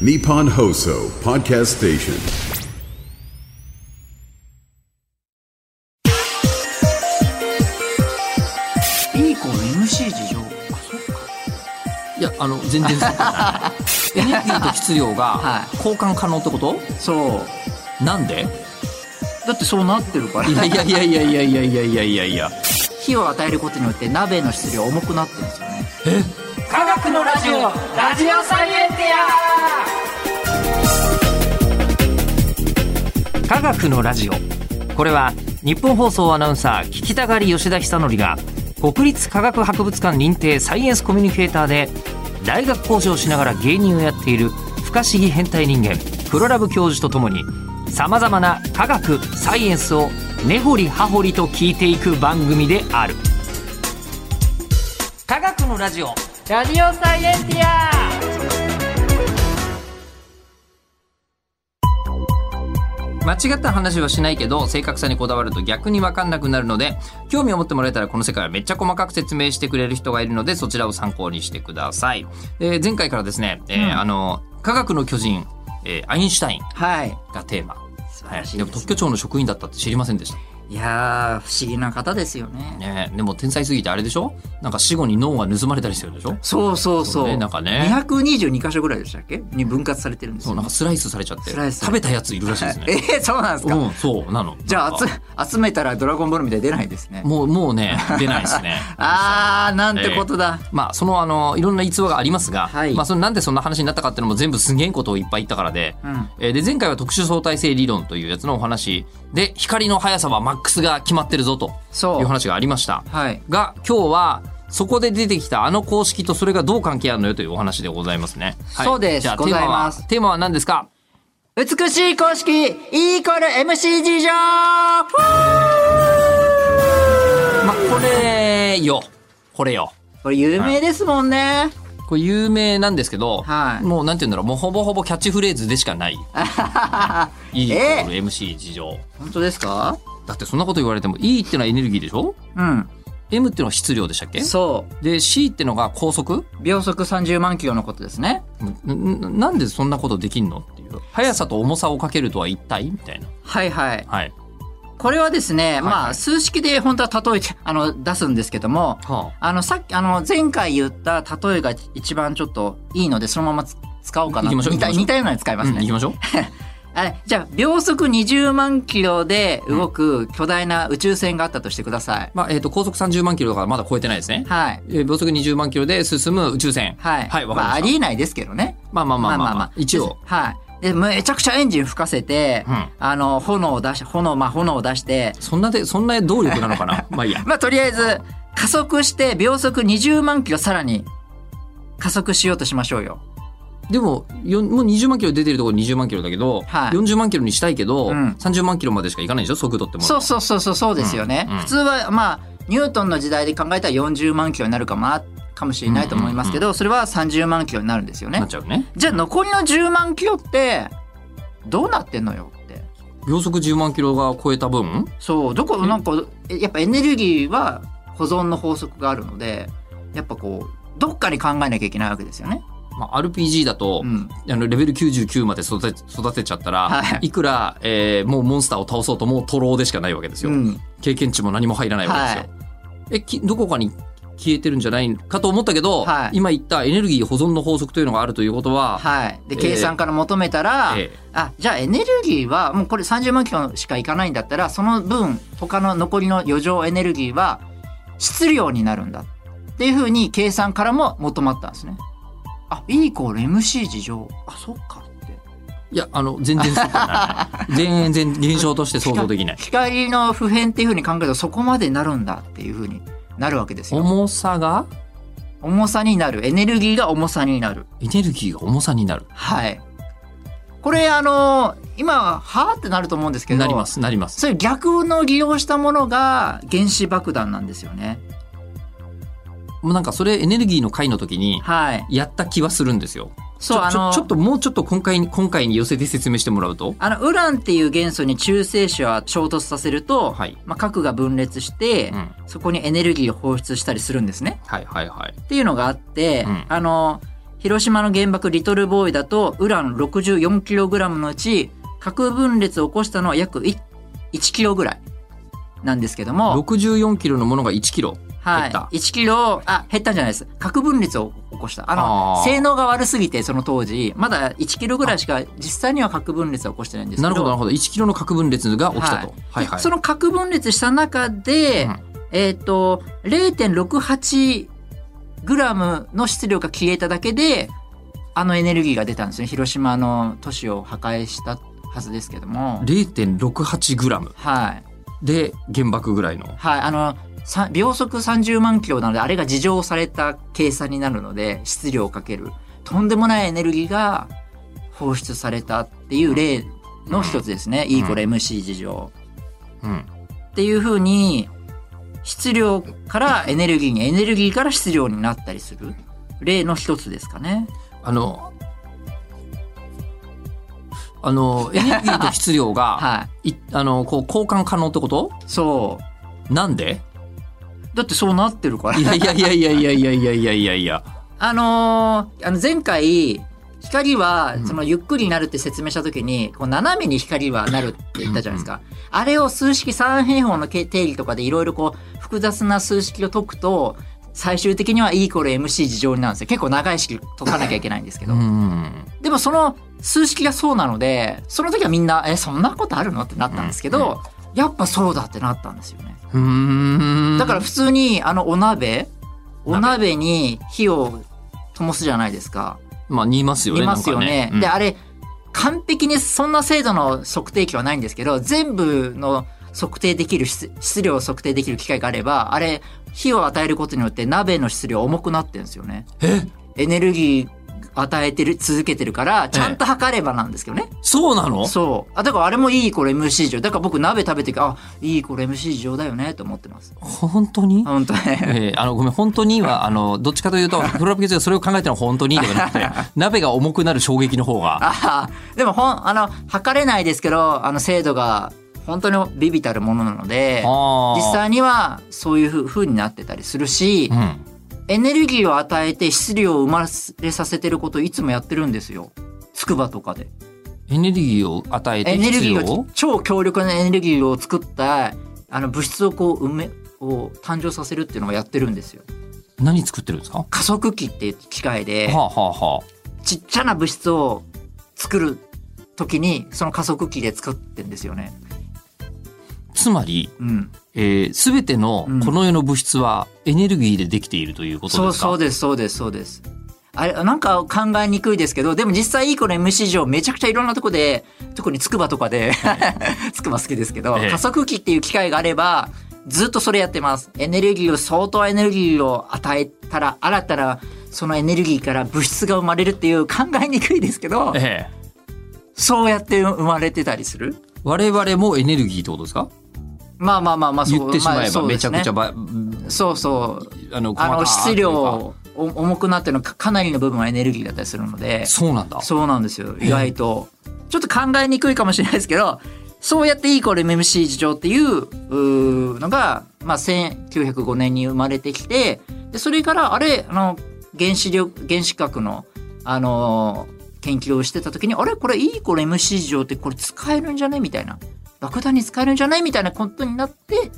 Nippon Hoso Podcast Station. いい子の MC 事情あそっかいや、あの、全然 そう。エネルギーと質量がは交換可能ってことそうなんでだってそうなってるからいやいやいやいやいやいやいやいやいやいや。火を与えることによって鍋の質量重くなってるんですよね科学のラジオラジオサイエンティア科学のラジオこれは日本放送アナウンサー聞きたがり吉田久典が国立科学博物館認定サイエンスコミュニケーターで大学講師をしながら芸人をやっている不可思議変態人間黒ラブ教授とともにさまざまな科学サイエンスを根掘り葉掘りと聞いていく番組である科学のラジオラジオサイエンティア間違った話はしないけど、正確さにこだわると逆にわかんなくなるので、興味を持ってもらえたらこの世界はめっちゃ細かく説明してくれる人がいるので、そちらを参考にしてください。で、前回からですね、えーあの、科学の巨人、えーアインシュタインはいがテーマ。素は晴らい、しいででもす特許庁の職員だったって知りませんでした。いやー不思議な方ですよねねえでも天才すぎてあれでしょなんか死後に脳が盗まれたりするでしょそうそうそそううねなんかね222箇所ぐらいでしたっけに分割されてるんですそよう、なんかスライスされちゃって。スライスさ食れべたやついるらしいですね。 えー、そうなんですか、うん、そうなの。じゃなんあか集集めたら「ドラゴンボール」みたいに出ないですねもう、もうね、出ないです ね。あーなんてことだ、まあ、その、あの、いろんな逸話がありますが、はいまあ、その、なんでそんな話になったかっていうのも全部すげえことをいっぱい言ったからで、んえーで、前回は特殊相対性理論というやつのお話で、光の速さはマックスが決まってるぞとそういう話がありました。はいが、今日は、そこで出てきたあの公式とそれがどう関係あるのよというお話でございますね。はいそうですじゃあ、テごーざいマまはす、テーマは何ですか美しい公式イーコール MC 事情ふわまあ、これよ。これよ。これ有名ですもんね、これ有名なんですけど、はいもうなんて言うんだろう、もうほぼほぼキャッチフレーズでしか ない。いいイコール MC 事情。本当ですかだってそんなこと言われても E ってのはエネルギーでしょうん ?M ってのは質量でしたっけそで C ってのが高速う秒速30万キロのことですねんんなんでそんなことできんのっていう速さと重さをかけるとは一体みたいなはいはいはい、これはですね、まあ数式で本当は例えてあ の出すんですけどもはあのさっきあの前回言った例えが一番ちょっといいのでそのままつ使おうかな行きましょう似た行きましょう似たようなの使いあ、まうすん、行ねき、ましょうあれじゃあ秒速20万キロで動く巨大な宇宙船があったとしてください、まあえっ、と高速30万キロだからまだ超えてないですね、はいえー秒速20万キロで進む宇宙船はい。はいわまあ、かありましりえないですけどね。たまあまあまあまあ,、まあ一応。ですはい。で、めちゃくちゃエンジン吹かせて、うんあの、炎を出し、炎、まあ、炎を出して、そんなでそんな動力なのか なまあいいやまあ、とりあえず、加速して秒速20万キロさらに加速しようとしましょうよ。でもよんもう20万キロ出てるところ20万キロだけど、はい40万キロにしたいけど、うん30万キロまでしかいかないでしょ速度ってものはそうそうそうそう、そうですよね。うんうん普通は、まあ、ニュートンの時代で考えたら40万キロになるかもな、かもしれないと思いますけど、それは30万キロになるんですよなねっ。ちゃうねじゃあ残りの10万キロって、どうなってんのよって。秒速10万キロが超えた分そうどこなんかえやっぱエネルギーは保存の法則があるのでやっぱこうどっかに考えなきゃいけないわけですよね。まあ、RPG だと、うん、あのレベル99まで育て育てちゃったら、、はいくら、えーもうモンスターを倒そうともうトローでしかないわけですうよ、ん、経験値も何も入らないわけですよ、えきどこかに消えてるんじゃないかと思ったけど、はい今言ったエネルギー保存の法則というのがあるということは、はい、えでー計算から求めたら、ええあじゃあエネルギーはもうこれ30万キロしかいかないんだったらその分他の残りの余剰エネルギーは質量になるんだっていうふうに計算からも求まったんですね。あ E イコール MC 事情あそっかっていやあの全然そうかな 全然現象として想像できない光の普遍っていうふうに考えるとそこまでなるんだっていうふうになるわけですよ。重さが重さになるエネルギーが重さになるエネルギーが重さになるはいこれあの今はーってなると思うんですけどなりますなりますそういう逆の利用したものが原子爆弾なんですよねもうなんかそれエネルギーの回の時にはいやった気はするんですよそうあちょのちょちょっともうちょっと今回に今回に寄せて説明してもらうとあのウランっていう元素に中性子は衝突させると、はいまあ、核が分裂して、うんそこにエネルギーを放出したりするんですねはいはいはいっていうのがあって、うんあの広島の原爆リトルボーイだとウラン 64kg のうち核分裂を起こしたのは約 1, キロぐらいなんですけども、 64キロのものが1キロ減はっい、た。 1キロあ減ったんじゃないです核分裂を起こしたあのあー性能が悪すぎてその当時まだ1キロぐらいしか実際には核分裂は起こしてないんですけなるほどなるほど。1キロの核分裂が起きたと。はいはい。その核分裂した中で、うんえっ、と0.68グラムの質量が消えただけであのエネルギーが出たんですね広島の都市を破壊したはずですけども0.68グラムはいで原爆ぐらいの。はいあのさ秒速30万キロなのであれが自浄された計算になるので質量をかけるとんでもないエネルギーが放出されたっていう例の一つですね、E イコール MC 事情。うん。っていう風に質量からエネルギーにエネルギーから質量になったりする例の一つですかね。あの、あの、エネルギーと質量が、 はいあの、こう、交換可能ってことい。そなんでう。だってそうなってるからい。やいやいやいやいやいやいやいやいやいや。あのーあの前回光はんそのゆっくりになるって説明した時にこう斜めに光はなるって言ったじゃないですか。あれを数式三平方の定理とかでいろいろこう複雑な数式を解くと最終的には E イコール MC 事乗になるんですよ。結構長い式解かなきゃいけないんですけど。うん。でもその数式がそうなのでその時はみんな「えそんなことあるの?」ってなったんですけど、やっぱそうだってなったんですよね。うーん。だから普通にあのお鍋お鍋に火を灯すじゃないですか。まあ、似ますよね。いますよなんね。かうんであれ完璧にそんな精度の測定器はないんですけど全部の測定できる質質量を測定できる機械があればあれ火を与えることによって鍋の質量重くなってるんですよね。エネルギー与えてる続けてるからちゃんと測ればなんですけどね。そうなのそうあだからあれもいいこれ MC 上だから僕鍋食べてるからあいいこれ MC 上だよねと思ってます。本当に本当ね。えーあの、ごめん、本当には、あの、どっちかと いうと、フロラピケツがそれを考えたのは本当にではなくて、鍋が重くなる衝撃の方が、あーでもほんあの測れないですけどあの精度が本当にビビたるものなのであー実際にはそういうふうになってたりするし、うん。エネルギーを与えて質量を生まれさせてることをいつもやってるんですよ筑波とかで。エネルギーを与えてエネル必ギ要ーが超強力なエネルギーを作ったあの物質をこう埋めを誕生させるっていうのをやってるんですよ。何作ってるんですかは加速器っていう機械あ、ではあはちっちゃな物質を作る時にその加速器で作ってんですよね。あ、つまり、うん、えー、全てのうんこの世の物質はエネルギーでできているということそでうすか、そうですそうですそうです。あれなんか考えにくいですけどでも実際いい子の MC 上めちゃくちゃいろんなとこで特に筑波とかで 筑波好きですけど、ええ加速器っていう機械があればずっとそれやってますエネルギーを相当エネルギーを与えたら新たなそのエネルギーから物質が生まれるっていう考えにくいですけどええそうやって生まれてたりする我々もエネルギーってことですかまあまあまあまあそう言ってしまあえばそうめでちすゃくちゃね、ば、そうそうあのあの細か質いという量かお重くなってるのかかなりの部分はエネルギーだったりするのでそうなんだそうなんですよ意外とちょっと考えにくいかもしれないですけどそうやってイーコール MMC 事情っていううーのが、まあ、1905年に生まれてきてでそれからあれあの原子力原子核の、あのー研究をしてた時にあれこれイーコール MC 事情ってこれ使えるんじゃねみたいな爆弾に使えるんじゃないみたいなことになって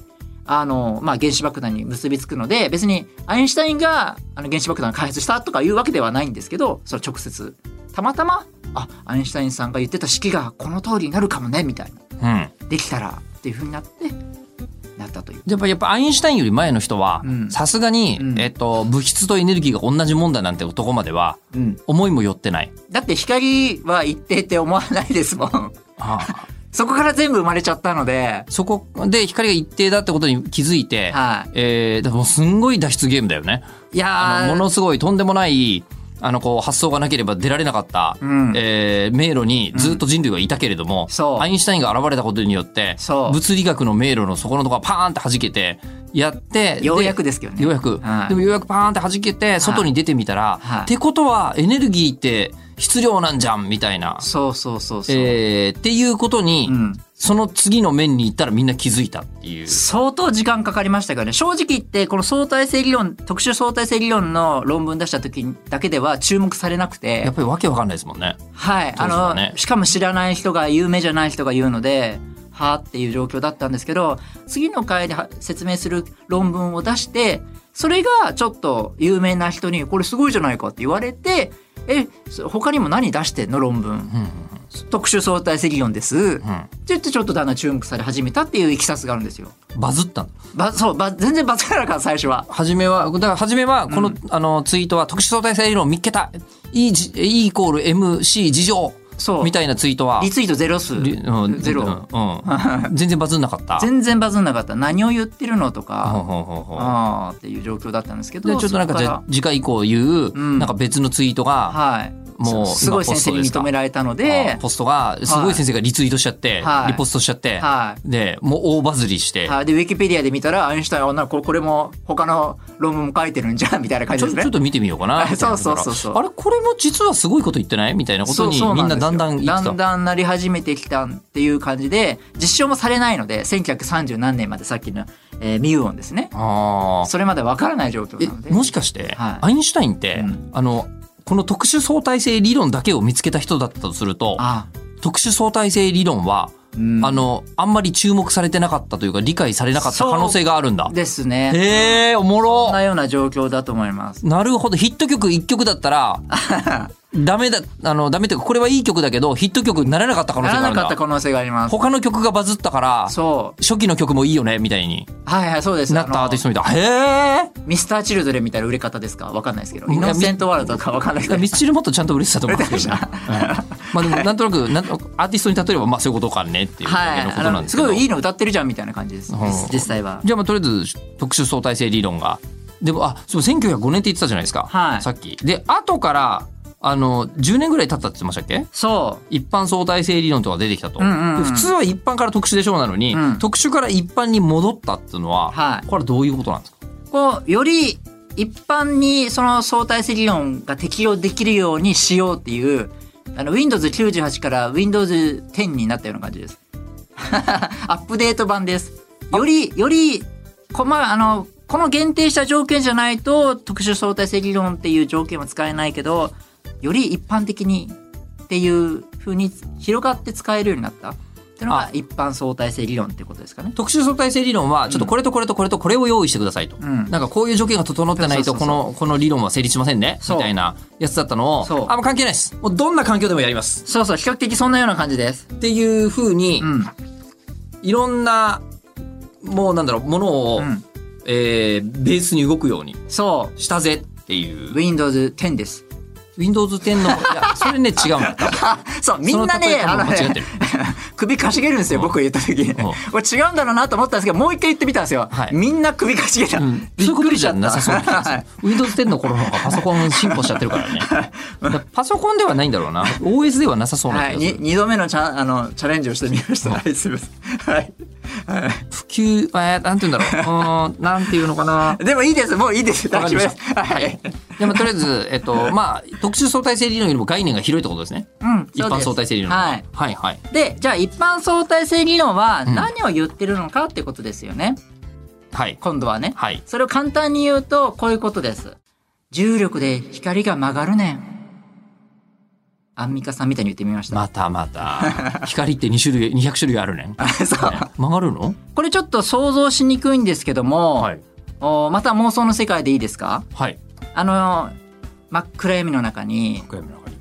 あの、まあ、原子爆弾に結びつくので別にアインシュタインがあの原子爆弾を開発したとかいうわけではないんですけどそれ直接たまたまあアインシュタインさんが言ってた式がこの通りになるかもねみたいなうんできたらっていうふうになってなったという。やっぱやっぱアインシュタインより前の人はうんさすがに、うんえっと、物質とエネルギーが同じもんだなんてとこまではうん、思いも寄ってない。だって光は一定って思わないですもん ああそこから全部生まれちゃったのでそこで光が一定だってことに気づいて、はいえー、だからもうすんごい脱出ゲームだよね。いやあーのものすごいとんでもないあのこう発想がなければ出られなかった、うんえー迷路にずっと人類はいたけれども、そうアインシュタインが現れたことによってそう物理学の迷路のそこのとこがパーンって弾けてやってようやくですすけどねようやく、はいでもようやくパーンって弾けて外に出てみたら、はいってことはエネルギーって質量なんじゃんみたいな、そうそうそうそう、えーっていうことにうんその次の面に行ったらみんな気づいたっていう。相当時間かかりましたからね正直言ってこの相対性理論特殊相対性理論の論文出した時だけでは注目されなくやてっぱりわけわかんないですもんね。はい、当時はあねのしかも知らない人が有名じゃない人が言うのではあっていう状況だったんですけど次の回では説明する論文を出してそれがちょっと有名な人に「これすごいじゃないか」って言われて「えそ他にも何出してんの論文うんうん特殊相対性理論です」ってうんうん言ってちょっとだんだん注目され始めたっていういきさつがあるんですよ。バズったのばそうば全然バズらなかった最初は。初めは、だから初めは、この、あの、ツイートは特殊相対性理論見っけた。E, G- e イコール MC 事情。そうみたいなツイートは。リツイートゼロ数りうんゼうんロ。うん 全然バズんなかった。全然バズんなかった何を言ってるのとほうかほうほうほうああーっていう状況だったんですけどで、ちょっとなんかそこじらゃあ次回以降言う、んなんか別のツイートが、はいもうすすごい今先生にポストですか認められたのであポストが、すごい先生がリツイートしちゃって、はいリポストしちゃって、はで、もう大バズりして、はいでウィキペディアで見たらアインシュタインはなこれこれも他の論文も書いてるんじゃんみたいなち感じょですねちょっと見てみようかな。はいみたいなそうそうそうそうあれ、これも実はすごいこと言ってないみたいなことにそうそうみんでなだすよんだん言ってた。だんだんなり始めてきたっていう感じで実証もされないので1930何年までさっきの、えー、ミューオンですねあーそれまでわからない状況えなのでもしかして、はいアインシュタインって、うんあのこの特殊相対性理論だけを見つけた人だったとするとあ特殊相対性理論は、うんあのあんまり注目されてなかったというか理解されなかった可能性があるんだ。ですねへえおもそんろなような状況だと思います。なるほどヒット曲1曲だった らダメだあのダメというかこれはいい曲だけどヒット曲にならなかった可能な性がらあるなんかっただ。可能性があります。他の曲がバズったからそう。初期の曲もいいよねみたいにはいはい、そうです。なったアーあのティストみたい。へえミスターチルドレンみたいな売れ方ですかわかんないですけど。イノセントワールドとかわかんないいけやど。ミスチルもっとちゃんと嬉しさと思うんです けどね。うんまあでもなんとなくなんとなくアーティストに例えばまあそういうことかねっていうはだい。けのことあなんのですすけど。ごいいいの歌ってるじゃんみたいな感じです。ん実際は。じゃあまあとりあえず特殊相対性理論がでもあそう1905年って言ってたじゃないですか。はいさっきで後からあの10年ぐらい経ったって言ってましたっけ？そ一般相対性理論とか出てきたと、うんうんうでん普通は一般から特殊でしょうなのに、うん特殊から一般に戻ったっていうのは、はいこれはどういうことなんですか？う。こう、より一般にその相対性理論が適用できるようにしようっていう、あの、Windows 98から Windows 10になったような感じです。 アップデート版です。より、より、こま、あの、この限定した条件じゃないと、特殊相対性理論っていう条件は使えないけど、より一般的にっていう風に広がって使えるようになったっていうのあが一般相対性理論ってことですかね。特殊相対性理論はちょっとこれとこれとこれとこれを用意してくださいと、んなんかこういう条件が整ってないとそうこそうそうのこの理論は成立しませんねみそうたいなやつだったのをそうあもう関係ないですもうどんな環境でもやりますそうそう、比較的そんなような感じです。っていうふうに、うん。いろんなもうなんだろうものを、うんえーベースに動くようにそしたぜっていうう、Windows 10です。 Windows 10のいやそれね違うんだそう、みんなね、その例え方も間違ってる 首かしげるんですよ、僕言った時に。これ違うんだろうなと思ったんですけど、もう一回言ってみたんですよ。はいみんな首かしげた。うんそう びいっうこくとりしじちゃゃった。なさそうなんですよ Windows 10の頃の方がパソコン進歩しちゃってるからね。 だからパソコンではないんだろうな。OS ではなさそうなは気い、がすにる。二度目のチャあのチャレンジをしてみました。はい、すみません。はい。普及、えーなんて言うんだ ろう。うーん、なんて言うのかな。でもいいです、もういいです。大丈夫です。はい。でもとりあえず、えっと、まあ、特殊相対性理論よりも概念が広いってことですね。うん、一般相対性理論の方が。はい。はいはい。で、じゃあ一般相対性理論は何を言ってるのかってことですよね。はい。今度はね。はい。それを簡単に言うと、こういうことです。重力で光が曲がるねん。アンミカさんみたいに言ってみました。またまた。光って2種類、200種類ある ね。そう。曲がるのこれちょっと想像しにくいんですけども、はい。おまた妄想の世界でいいですかはい。あの、真っ暗闇の中に、暗闇の中に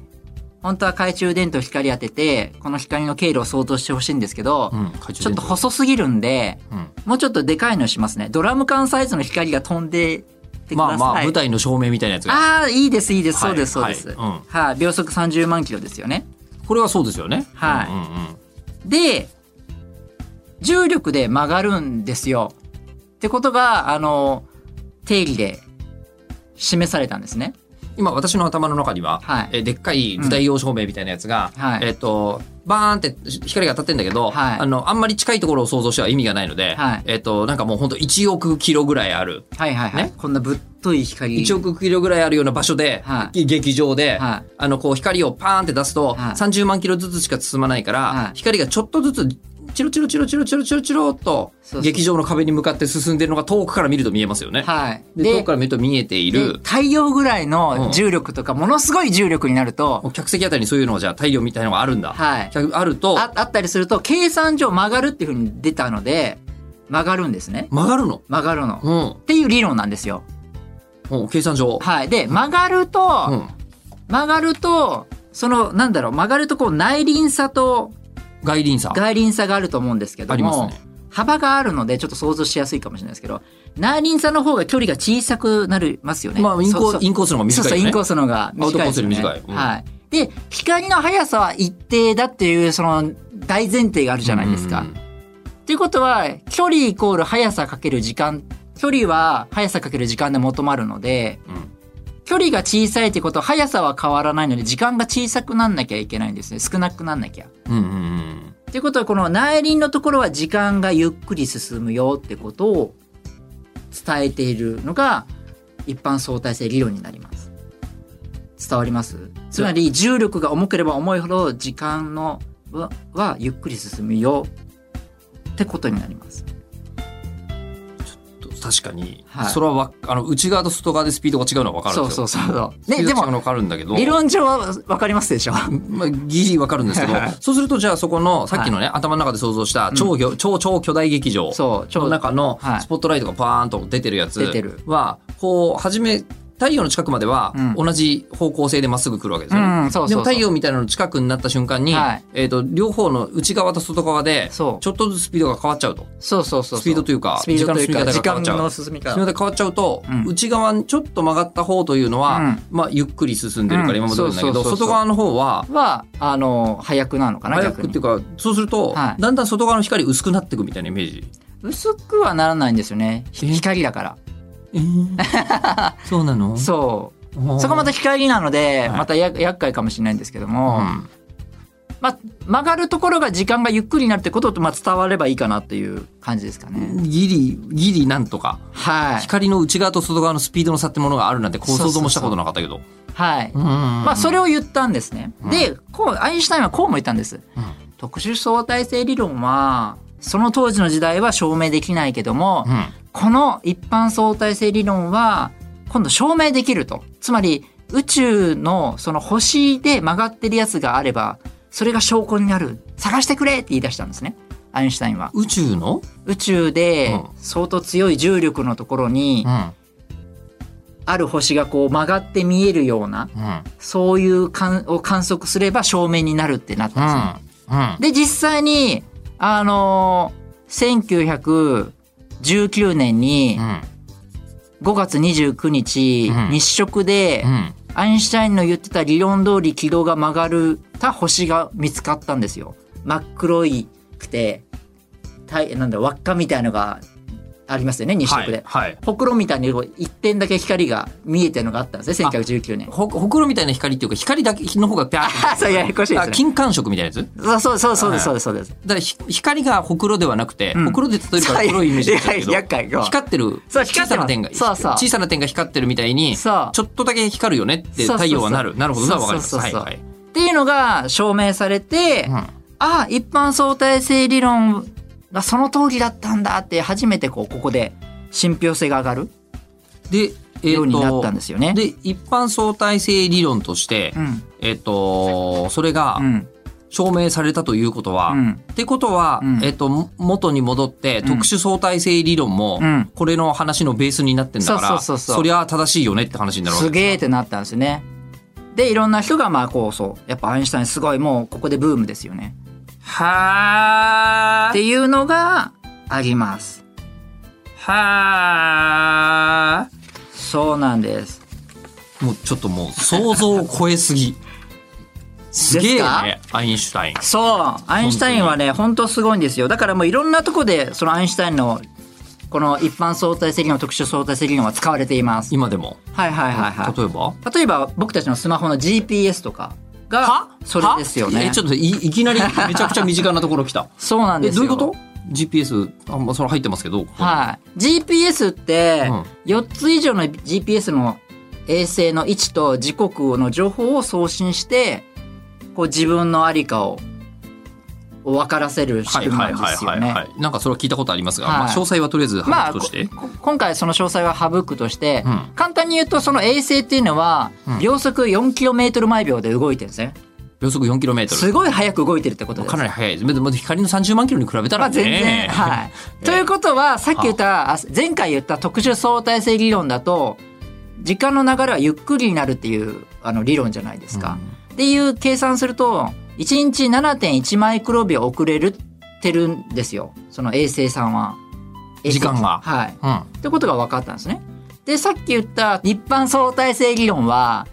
本当は懐中電灯光当てて、この光の経路を想像してほしいんですけど、うん、懐中ちょっ電と灯細すぎるんで、うんもうちょっとでかいのしますね。ドラム缶サイズの光が飛んでってください。まあまあ、舞台の照明みたいなやつが。ああ、いいです、いいです、はいそうです、そうです。はいうんはい、秒速30万キロですよね。これはそうですよね。はいうんうんうんで、重力で曲がるんですよ。ってことが、あの、定義で示されたんですね。今私の頭の中には、はいえーでっかい舞台用照明みたいなやつが、うんはいえっ、とバーンって光が当たってんだけど、はいあのあんまり近いところを想像しては意味がないので、はいえっ、となんかもうほんと1億キロぐらいある。はいはいはい。ねこんなぶっとい光。 1億キロぐらいあるような場所で、はい劇場で、はいあのこう光をパーンって出すと、はい30万キロずつしか進まないから、はい光がちょっとずつチロチロチロチロチロチロチロっとそうそう劇場の壁に向かって進んでるのが遠くから見ると見えますよね。はい。で遠くから見ると見えていでる太陽ぐらいうんの重力とか、ものすごい重力になると、もう客席あたりにそういうのがじゃあ太陽みたいなのがあるんだ。はい客あるとああったりすると、計算上曲がるっていうふうに出たので、曲がるんですね。曲がるの。曲がるの。っうんていう理論なんですよ。うん。計算上。はい。で、曲がるうと、ん。曲がると、その、なんだろう、曲がるとこう、内輪差と外輪差。外輪差があると思うんですけあどりますも、ね幅があるので、ちょっと想像しやすいかもしれないですけど、内輪差の方が距離が小さくなりますよね。まあインそうコそうインコースの方がそう短いそよう、インねコ。ースの方が短いですよね。アウトコースより短いうんはい。で、光の速さは一定だっていう、その、大前提があるじゃないですか。うんということは、距離イコール速さかける時間、距離は速さかける時間で求まるので、うん距離が小さいってことは速さは変わらないので、時間が小さくなんなきゃいけないんですね。少なくなんなきゃ。うんうんうん。ということは、この内輪のところは時間がゆっくり進むよってことを伝えているのが、一般相対性理論になります。伝わりますつまり、重力が重ければ重いほど時間のははゆっくり進むよってことになります。確かに、はいそれはわあの内側と外側でスピードが違うのは分かるんそでうすそようそうそう。スピね、ーでドが違うのも、分かるんだけど理論上はわかりますでしょまあ、ギリ分かるんですけどそうするとじゃあそこのさっきのね、頭の中で想像した超,、ぎょ超超巨大劇場そう、の中のはいスポットライトがパーンと出てるやつ出てるはこう初め太陽の近くまではうん同じ方向性でまっすぐ来るわけですうよね。ん、そうそうそう。でも太陽みたいなの近くになった瞬間に、はいえー、と両方の内側と外側でちょそっうとずつスピードが変わっちゃうとそうそうそうそう。スピードというかスピードというか、時時間間の進み方が変わっちゃそれの進み方。で変わっちゃうと、うん内側にちょっと曲がった方というのは、うんまあ、ゆっくり進んでるかうらん今まで通りだけど、そうそうそうそう外側の方はは、あの、早くなのかな、早逆くっにていう。かそうすると、はいだんだん外側の光薄くなっていくみたいなイメー ジ。薄くはならないんですよね。えひ光だから。そうなのそう。うそこまた光なのはで、いまたや厄介かもしれないんですけども、うんまあ、曲がるところが時間がゆっくりになるってことと、まあ、伝わればいいかなっていう感じですかね。ギリギリなんとかはい。光の内側と外側のスピードの差ってものがあるなんてこう想像もしたことなかったけど。はい。ままあ、それを言ったんですね。で、こう、アインシュタインはこうも言ったんです。うん特殊相対性理論は、その当時の時代は証明できないけども、うんこの一般相対性理論は今度証明できると。つまり宇宙のその星で曲がってるやつがあればそれが証拠になる。探してくれって言い出したんですね。アインシュタインは。宇宙の、宇宙でう相当強い重力のところにうんある星がこう曲がって見えるようなうんそういうかんを観測すれば証明になるってなっうたんですね。んうんで実際にあのー1919年に、うん5月29日、うん日食で、うんアインシュタインの言ってた理論通り軌道が曲がるた星が見つかったんですよ。真っ黒いくて、たいなんだ輪っかみたいのがありますよね、日食で。はいはいほくろみたいにこう一点だけ光が見えてるのがあったんですね、1919年。ほほくろみたいな光っていうか光だけの方がピャーって あ、そう、ややこしいであすね。金管色みたいなやつそうそうそうそうです、そうはです、そうです。だからひ光がほくろではなくて、んほくろで例えるから黒いイメージですけどそう厄介厄介光ってるそう小さな点がそうそう小さな点が光ってるみたいにちそょうっとだけ光るよねって太陽はなるそうそうそうなるほどなわかりますそうはそういそうそうはい、っていうのが証明されて、うんああ、一般相対性理論がその通りだったんだって初めてこう、ここで信憑性が上がる。でえーとようになったんですよねで一般相対性理論として、うん。えっ、とそれがうん。証明されたということは、うんってことは、うんえっ、とも元に戻って、特殊相対性理論も、うんこれの話のベースになってんだからそうそうそうそうりゃ正しいよねって話になるわけすげーってなったんですね。でいろんな人がまあこうそうやっぱアインシュタインすごいもうここでブームですよね。はあっていうのがあります。はあそうなんです。もうちょっともう想像を超えすぎすげえよねアインシュタインそうアインシュタインはね本当すごいんですよ。だからもういろんなとこでそのアインシュタインのこの一般相対性理論特殊相対性理論は使われています。今でも、はいはいはいはい。例えば例えば僕たちのスマホの GPS とかがそれですよはねえ。ちょっといいきなりめちゃくちゃ身近なところ来たそうなんえですどうよ。いうこと GPS あんまそれ入ってますけどここにはい。GPS ってうん、 4つ以上の GPS の衛星の位置と時刻の情報を送信して、こう自分のありかをを分からせる仕はい組みはないんではいすはよいはね。い。なんかそれは聞いたことありますが、はいまあ詳細はとりあえずまあ、話として。こ今回その詳細は省くとして、うん簡単に言うとその衛星っていうのは秒速 4km 毎秒で動いてるんですね。秒速 4km。すごい速く動いてるってことです。かなり速いです。でも光の30万キロに比べたまあ らね。。全然、はいということは、さっき言った、あ前回言った特殊相対性理論だと、時間の流れはゆっくりになるっていうあの理論じゃないですか。っていう計算すると、1日7.1マイクロ秒遅れるってるんですよ。その衛星さんは。衛星時間がはい。うん。ってことが分かったんですね。でさっき言った一般相対性理論は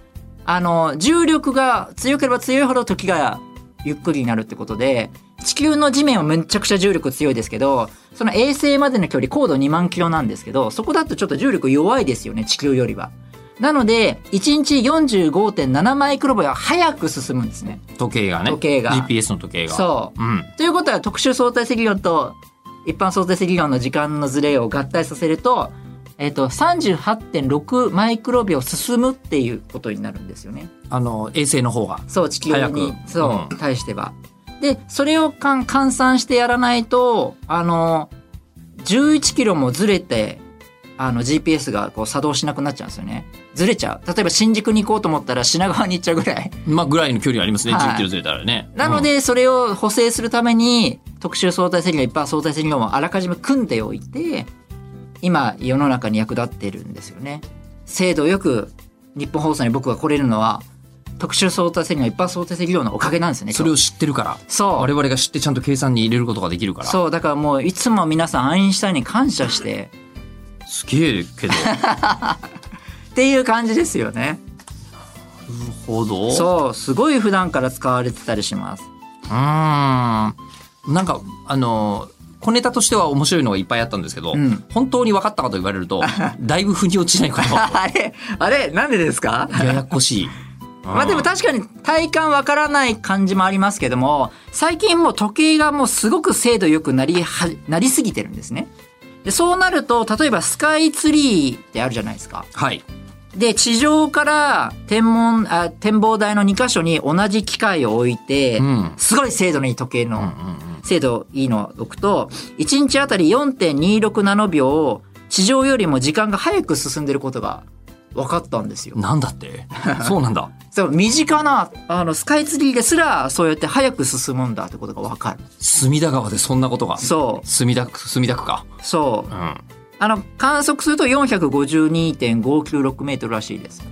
あの重力が強ければ強いほど時がゆっくりになるってことで地球の地面はめちゃくちゃ重力強いですけどその衛星までの距離高度2万キロなんですけどそこだとちょっと重力弱いですよね地球よりは。なので1日45.7マイクロ秒は早く進むんですね。時計がね。時計が GPS の時計が。そうう。ん。ということは特殊相対性理論と一般相対性理論の時間のずれを合体させると,、えっと38.6マイクロ秒進むっていうことになるんですよね。あの、衛星の方が。そう地球早にくそう、うん対しては。でそれをかん換算してやらないとあの11キロもずれてあの GPS がこう作動しなくなっちゃうんですよね。ずれちゃう。例えば新宿に行こうと思ったら品川に行っちゃうぐらい。まあ、ぐらいの距離ありますね。はい10キロずれたらね。なので、それを補正するために、特殊相対性理論、一般相対性理論をあらかじめ組んでおいて、今、世の中に役立っているんですよね。精度よく、日本放送に僕が来れるのは、特殊相対性理論、一般相対性理論のおかげなんですうね。ん。それを今日知ってるから。そ我う。々が知ってちゃんと計算に入れることができるから。そう、だからもう、いつも皆さん、アインシュタインに感謝して、すげえけど。なるっていう感じですよね。ほど。そう、すごい普段から使われてたりします。うーん。なんか、あの、小ネタとしては面白いのがいっぱいあったんですけど、ん本当に分かったかと言われる と、だいぶ腑に落ちないこと。あれあれなんでですかややこしい。まあでも確かに体感わからない感じもありますけども、最近もう時計がもうすごく精度良くなりは、なりすぎてるんですね。で、そうなると、例えばスカイツリーってあるじゃないですか。はい。で、地上から天文、あ展望台の2箇所に同じ機械を置いて、うんすごい精度のいい時計の、精度いいのを置くと、1日あたり4.26ナノ秒を地上よりも時間が早く進んでることが分かったんですよ。なんだ ってそうなんだ。そう身近なあのスカイツリーですらそうやって早く進むんだってことが分かる隅田川でそんなことが。そう墨田区、墨田区か。。そううんあの観測すると452.596メートルらしいです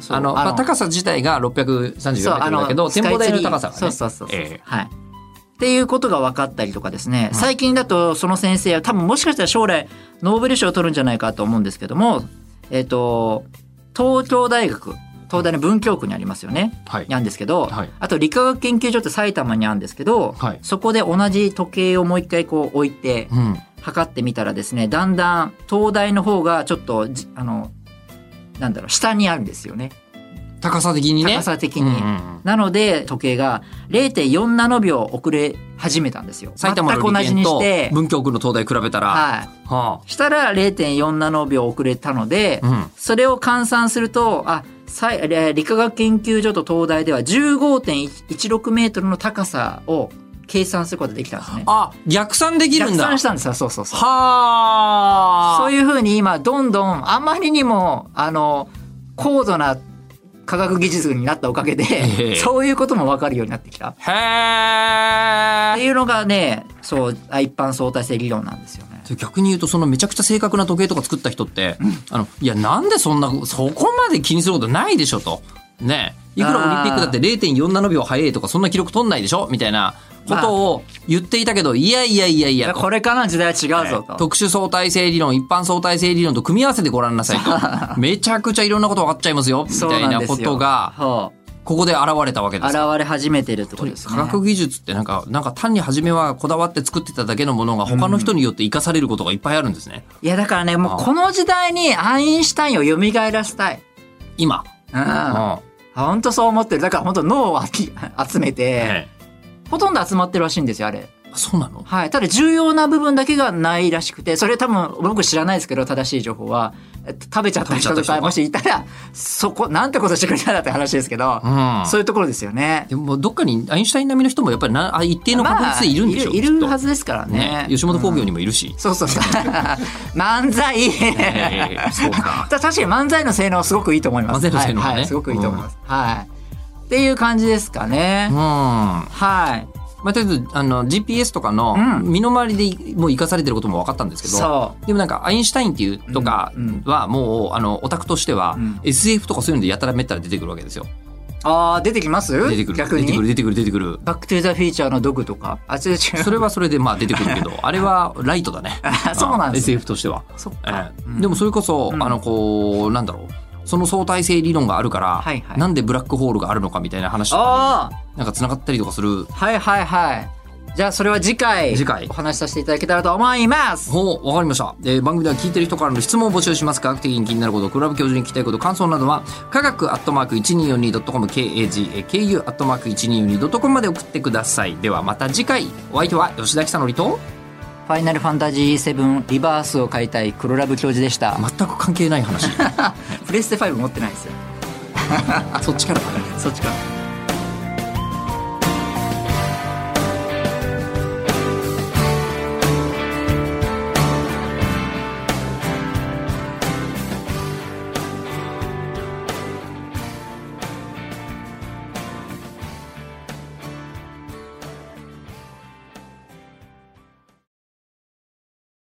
そうあの、まあ、高さ自体がそう634メートルだけど、あス展カイ望ツ台リのー高さがね。そうそうそうそう、ええはいっていうことが分かったりとかですね、最近だとその先生は多分もしかしたら将来ノーベル賞を取るんじゃないかと思うんですけどもえっ、と東京大学東大の文京区にありますよね、はいなんですけど、はいあと理化学研究所って埼玉にあるんですけど、はいそこで同じ時計をもう一回こう置いてうん。測ってみたらですねだんだん東大の方がちょっとじあのなんだろう下にあるんですよね高さ的にね。高さ的うんうんに。うんなので時計が0.4ナノ秒遅れ始めたんですよ。埼玉全くの同じ利権にしとて、文京区の東大比べたら、は、はいしたら0.4ナノ秒遅れたので、あうん、それを換算するとあさいえ理化学研究所と東大では15.16メートルの高さを計算することができたんですね。あ逆算できるん逆だ算したんですよそうそうそう。はあそういうふうに今どんどんあまりにもあの高度な科学技術になったおかげええで、そういうことも分かるようになってきた。っへてえいうのがねそうあ一般相対性理論なんですよね。逆に言うとそのめちゃくちゃ正確な時計とか作った人って、あのいやなんでそんなそこまで気にすることないでしょとねいくらオリンピックだって0.47秒早いとかそんな記録取んないでしょみたいなことを言っていたけど、いやいやいやいやとこれからの時代は違うぞと。特殊相対性理論一般相対性理論と組み合わせてご覧なさい とめちゃくちゃいろんなこと分かっちゃいますよみそうたいんなですこよとがそここで現れたわけうです現よれ始めてるってことですね。科学技術ってなんかなんか単に初めはこだわって作ってただけのものが他の人によって生かされることがいっぱいあるんですね、いやだからねもうこの時代にアインシュタインを蘇らせたい。今、うん、うん本当そう思ってる。だから本当脳を集集めて、えほとんど集まってるらしいんですよあれ。えそうなのはい。ただ重要な部分だけがないらしくて、それ多分僕知らないですけど正しい情報はえっと食べちゃった人と食べちゃった人かがもしいたらそこなんてことしてくれたんだって話ですけど、うんそういうところですよね。でもどっかにアインシュタイン並みの人もやっぱりなあ一定の確率でいるんでしょう、いるいるはずきっですからとねね。吉本興業にも、もいるし、そうそうそう 漫才、ええそう かた確かに漫才の性能すごくいいと思います。漫才の性能がねはいはいすごくいいと思います。はい。っていう感じですかね。うんまはい。あ、とりあえずあの GPS とかのうん身の回りでもう生かされてることも分かったんですけど、そでもなんかアインシュタインっていうとかうんはもうあのオタクとしてはうん SF とかそういうのでやたらめったら出てくるわけですよ。ああ出てきます？出てくる逆出てくるに。出てくる出てくる。バックトゥザフィーチャーのドグとか。あ違う違う。それはそれでまあ出てくるけ どあれはライトだね。あ そうなんですね SF としては。そっえか。えうんでもそれこそ、うんあのこうなんだろうその相対性理論があるから、はいはいなんでブラックホールがあるのかみたいな話とかあになんかつながったりとかするあはいはいはい。じゃあそれは次回次回お話しさせていただけたらと思います。ほうわかりました、えー番組では聞いてる人からの質問を募集します科学的に気になることクラブ教授に聞きたいこと感想などは科学アットマーク 1242.comKAGKU アットマーク 1242.com まで送ってくださいではまた次回お相手は吉田久典とファイナルファンタジー7リバースを買いたい黒ラブ教授でした。全く関係ない話プレステ5持ってないですよ。 そっちからかそっちから。